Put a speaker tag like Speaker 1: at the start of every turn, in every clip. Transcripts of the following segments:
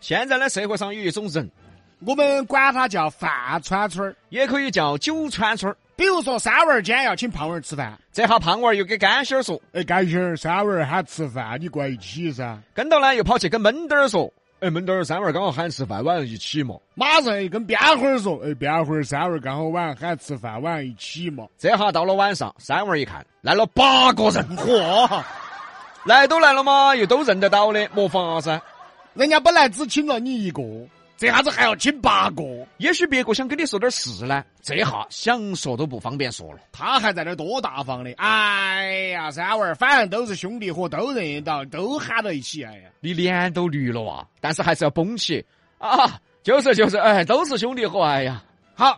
Speaker 1: 现在的社会上有一种人，
Speaker 2: 我们管它叫饭川村儿。
Speaker 1: 也可以叫酒川村儿。
Speaker 2: 比如说，三娃儿今天要请胖娃儿吃饭，
Speaker 1: 这下胖娃儿又给干心儿说，
Speaker 2: 哎，干心儿，三娃儿喊吃饭，你过来一起噻。
Speaker 1: 跟到呢又跑去跟闷墩儿说，哎，闷墩儿三娃儿刚好喊吃饭，晚上一起嘛。
Speaker 2: 马上又跟边花儿说，哎，边花儿，三娃儿刚好晚上喊吃饭，晚上一起嘛。
Speaker 1: 这下到了晚上，三娃儿一看来了八个人，
Speaker 2: 嚯，
Speaker 1: 来都来了嘛，又都认得到的，没法噻。
Speaker 2: 人家本来只请了你一个，这下子还要请八个，
Speaker 1: 也许别个想跟你说点事呢，这下想说都不方便说了。
Speaker 2: 他还在那儿多大方的。哎呀，三娃儿，反正都是兄弟伙，都认得到，都喊到一起。哎呀，
Speaker 1: 你脸都绿了哇，但是还是要绷起啊！就是就是，哎，都是兄弟伙，哎呀，
Speaker 2: 好，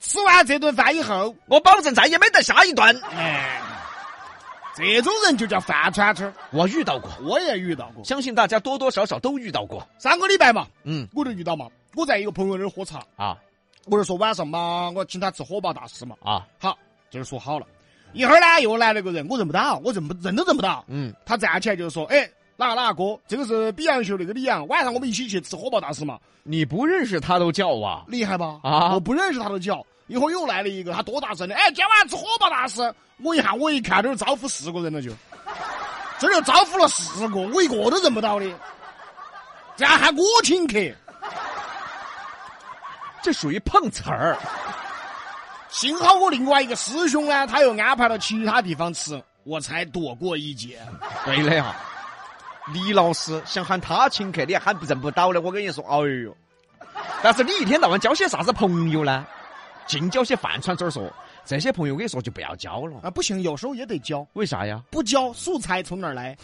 Speaker 2: 吃完这顿饭以后，
Speaker 1: 我保证再也没得下一顿。
Speaker 2: 哎，这种人就叫饭川村儿。
Speaker 1: 我遇到过，
Speaker 2: 我也遇到过，
Speaker 1: 相信大家多多少少都遇到过。
Speaker 2: 上个礼拜嘛，
Speaker 1: 嗯
Speaker 2: 我就遇到嘛，我在一个朋友那儿喝茶，
Speaker 1: 啊
Speaker 2: 我就说晚上嘛，我请他吃火爆大师嘛，
Speaker 1: 啊，
Speaker 2: 好，这儿说好了。一会儿呢，又来了个人，我认不到，我认不认都认不到。
Speaker 1: 嗯
Speaker 2: 他站起来就说：“哎，哪个哪个哥，这个是比洋秀那个李阳，晚上我们一起去吃火爆大师嘛，
Speaker 1: 你不认识他都叫啊？
Speaker 2: 厉害吧？”
Speaker 1: 啊
Speaker 2: 我不认识他都叫。一会儿又来了一个，他多大声的？哎，今晚上吃火爆大师！我一下我一看，这儿招呼四个人了就，这儿就招呼了四个，我一个都认不到的。这样喊我请客，
Speaker 1: 这属于碰瓷儿。
Speaker 2: 幸好我另外一个师兄呢，他又安排到其他地方吃，我才躲过一劫。
Speaker 1: 对的呀，李老师想喊他请客，你还喊不认不到的。我跟你说，哎呦，但是你一天到晚交些啥子朋友呢？净交些饭串嘴儿说，这些朋友我跟你说就不要交了。
Speaker 2: 啊，不行，有时候也得教，
Speaker 1: 为啥呀？
Speaker 2: 不教素材从哪儿来？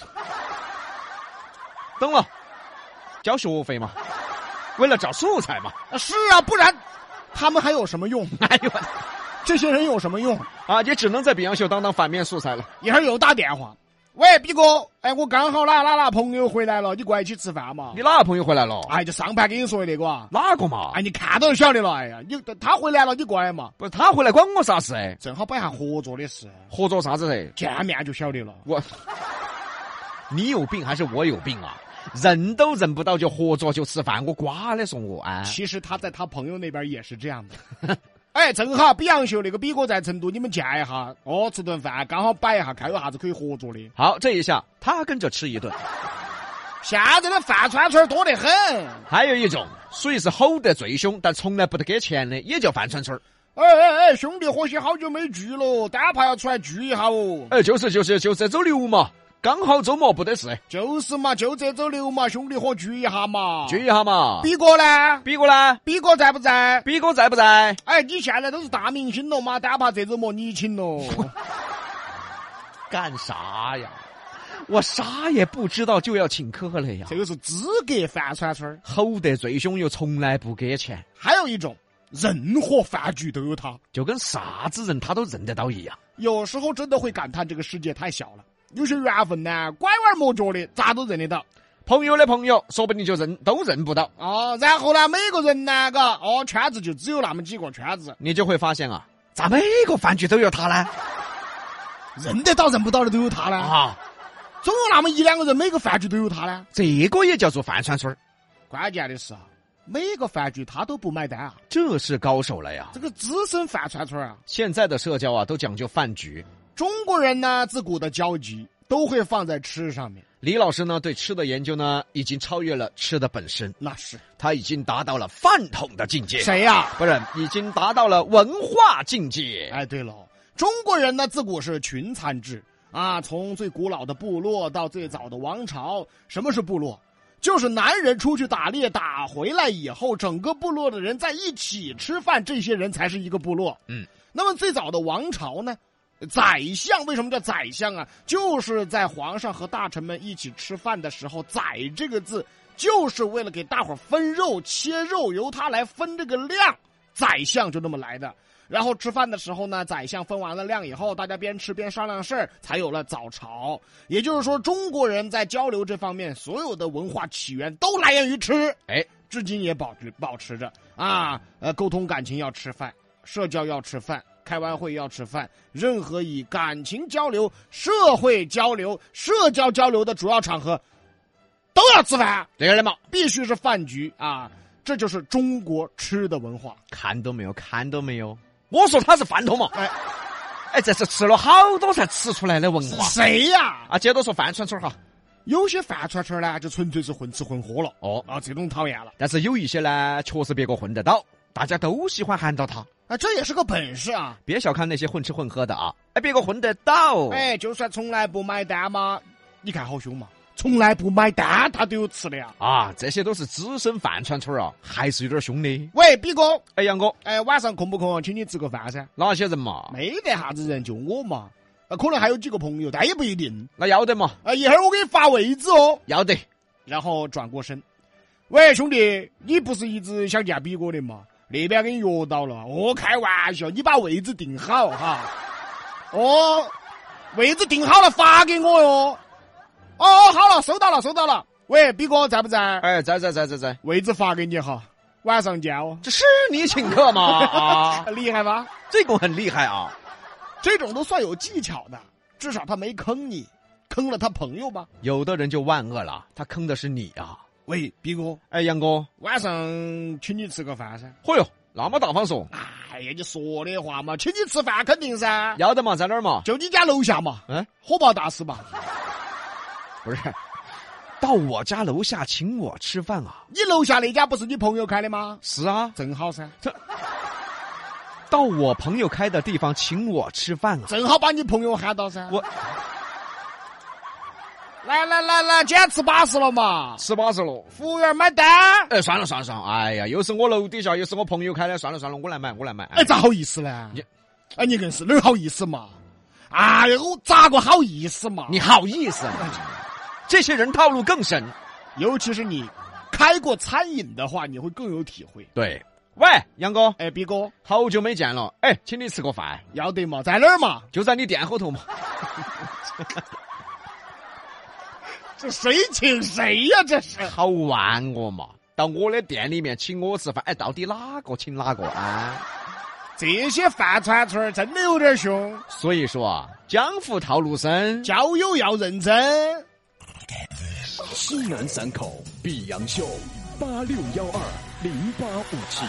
Speaker 1: 懂了，交学费嘛，为了找素材嘛。
Speaker 2: 啊是啊，不然他们还有什么用？
Speaker 1: 哎呦，
Speaker 2: 这些人有什么用？
Speaker 1: 啊，也只能在比洋秀当当反面素材了。
Speaker 2: 一会儿又打电话，喂，毕哥，哎，我刚好哪哪哪朋友回来了，你过来一起吃饭嘛
Speaker 1: 你？哪个朋友回来了？
Speaker 2: 哎，就上盘跟你说的那个啊，
Speaker 1: 哪啊个嘛？
Speaker 2: 哎，你看到就晓得了，哎呀，你他回来了，你过来嘛，
Speaker 1: 不是他回来管我啥事？
Speaker 2: 正好摆下合作的事，
Speaker 1: 合作啥子嘞？
Speaker 2: 见面就晓得了。
Speaker 1: 我， 你有病还是我有病啊？认都认不到就合作就吃饭，我瓜的说我啊！
Speaker 2: 其实他在他朋友那边也是这样的。 哎，正好比洋秀那个比哥在成都，你们见一下，哦，吃顿饭，刚好摆一下，看有啥子可以合作的。
Speaker 1: 好，这一下他跟着吃一顿。
Speaker 2: 现在的饭串串儿多得很，
Speaker 1: 还有一种属于是吼得最凶，但从来不得给钱的，也叫饭串串儿。
Speaker 2: 哎哎哎，兄弟伙些好久没聚了，单怕要出来聚一下哦。
Speaker 1: 哎，就是就是就是周六嘛，刚好周末不得事，
Speaker 2: 就是嘛，就这周六嘛，兄弟伙聚一下嘛。
Speaker 1: 聚一下嘛。
Speaker 2: 比哥呢？
Speaker 1: 比哥呢？
Speaker 2: 比哥在不在？
Speaker 1: 比哥在不在？
Speaker 2: 哎，你现在都是大明星了嘛，单怕这周末你请喽。
Speaker 1: 干啥呀？我啥也不知道就要请客了呀
Speaker 2: 这！个是资格饭串串儿，
Speaker 1: 吼得最凶又从来不给钱，
Speaker 2: 还有一种，任何饭局都有他。
Speaker 1: 就跟啥子人他都认得到一样。
Speaker 2: 有时候真的会感叹这个世界太小了，有些缘分呢，拐弯抹角的，咋都认得到
Speaker 1: 朋友的朋友，说不定就认都认不到。
Speaker 2: 哦。然后呢，每个人呢，嘎哦，圈子就只有那么几个圈子，
Speaker 1: 你就会发现啊，咋每个饭局都有他呢？
Speaker 2: 认得到认不到的都有他呢。
Speaker 1: 啊，
Speaker 2: 总有那么一两个人，每个饭局都有他呢。
Speaker 1: 这个也叫做饭串村儿，
Speaker 2: 关键的是啊，每个饭局他都不买单啊，
Speaker 1: 这是高手了呀！
Speaker 2: 这个资深饭串串啊，
Speaker 1: 现在的社交啊，都讲究饭局。
Speaker 2: 中国人呢自古的交集都会放在吃上面，
Speaker 1: 李老师呢，对吃的研究呢，已经超越了吃的本身，
Speaker 2: 那是
Speaker 1: 他已经达到了饭桶的境界，
Speaker 2: 谁呀、
Speaker 1: 不是，已经达到了文化境界。
Speaker 2: 哎，对了，中国人呢自古是群餐制啊，从最古老的部落到最早的王朝，什么是部落？就是男人出去打猎打回来以后，整个部落的人在一起吃饭，这些人才是一个部落。
Speaker 1: 嗯，
Speaker 2: 那么最早的王朝呢，宰相为什么叫宰相啊？就是在皇上和大臣们一起吃饭的时候，“宰”这个字就是为了给大伙儿分肉切肉，由他来分这个量，宰相就那么来的。然后吃饭的时候呢，宰相分完了量以后，大家边吃边商量事儿，才有了早朝。也就是说，中国人在交流这方面，所有的文化起源都来源于吃，
Speaker 1: 哎，
Speaker 2: 至今也保持保持着啊。呃，沟通感情要吃饭，社交要吃饭，开完会要吃饭，任何以感情交流、社会交流、社交交流的主要场合，都要吃饭，
Speaker 1: 对的嘛，
Speaker 2: 必须是饭局啊！这就是中国吃的文化。
Speaker 1: 看都没有，看都没有。我说他是饭桶嘛，
Speaker 2: 哎，
Speaker 1: 哎，这是吃了好多才吃出来的文化
Speaker 2: 谁呀、
Speaker 1: 啊。接着说饭串串哈，
Speaker 2: 有些饭串串呢，就纯粹是混吃混喝了。
Speaker 1: 哦，
Speaker 2: 啊，这种讨厌了
Speaker 1: 但是有一些呢，确实别个混得到，大家都喜欢喊到他。
Speaker 2: 啊，这也是个本事啊！
Speaker 1: 别小看那些混吃混喝的啊，哎，别个混得到，
Speaker 2: 哎，就算从来不买单嘛，你看好凶嘛，从来不买单他都有吃的呀。
Speaker 1: 啊，这些都是资深饭串串啊，还是有点凶的。
Speaker 2: 喂，毕哥，
Speaker 1: 哎，杨哥，
Speaker 2: 哎，晚上空不空？请你吃个饭噻。
Speaker 1: 哪些人嘛？
Speaker 2: 没得啥子人，就我嘛。啊，可能还有几个朋友，但也不一定。
Speaker 1: 那要得嘛，
Speaker 2: 啊，一会儿我给你发位置哦。
Speaker 1: 要得。
Speaker 2: 然后转过身，喂，兄弟，你不是一直想见比哥的吗？那边给你约到了，我、开玩笑，你把位置定好哈。哦，位置定好了发给我哟。哦，好了，收到了，收到了。喂，比哥在不在？
Speaker 1: 哎，在在在在在，
Speaker 2: 位置发给你哈，晚上见哦。
Speaker 1: 这是你请客吗？ 啊，
Speaker 2: 厉害吧？
Speaker 1: 这个很厉害啊。
Speaker 2: 这种都算有技巧的，至少他没坑你，坑了他朋友吧？
Speaker 1: 有的人就万恶了，他坑的是你啊！
Speaker 2: 喂，比哥，
Speaker 1: 哎，杨哥，
Speaker 2: 晚上请你吃个饭噻。
Speaker 1: 嚯哟，那么大方说，
Speaker 2: 哎呀，你说的话嘛，请你吃饭肯定噻，
Speaker 1: 要得嘛，在哪儿嘛？
Speaker 2: 就你家楼下嘛，
Speaker 1: 嗯，
Speaker 2: 火爆大师嘛，
Speaker 1: 不是， 到我家楼下请我吃饭啊？
Speaker 2: 你楼下那家不是你朋友开的吗？
Speaker 1: 是啊，
Speaker 2: 正好噻，
Speaker 1: 到我朋友开的地方请我吃饭啊？
Speaker 2: 正好把你朋友喊到噻。
Speaker 1: 我
Speaker 2: 来来来来，今天吃巴适了嘛？
Speaker 1: 吃巴适了。
Speaker 2: 服务员买单。
Speaker 1: 哎，算了算了算了，哎呀，又是我楼底下，又是我朋友开的，算了算了，我来买，我来买。
Speaker 2: 哎，咋好意思呢
Speaker 1: 你？
Speaker 2: 哎，你硬是哪儿好意思嘛？哎呀，我咋个好意思嘛？
Speaker 1: 你好意思？啊这些人套路更深。
Speaker 2: 尤其是你开过餐饮的话，你会更有体会。
Speaker 1: 对，喂，杨哥，
Speaker 2: 哎，毕哥，
Speaker 1: 好久没见了，哎，请你吃个饭，
Speaker 2: 要得嘛，在哪儿嘛？
Speaker 1: 就在你店后头嘛。
Speaker 2: 这谁请谁呀、这是
Speaker 1: 好玩我嘛，到我的店里面请我吃饭，哎，到底哪个请哪个啊？
Speaker 2: 这些饭串串儿真的有点凶，
Speaker 1: 所以说啊，江湖套路深。
Speaker 2: 交友要认真。
Speaker 3: 西南三口碧阳秀八六幺二零八五七。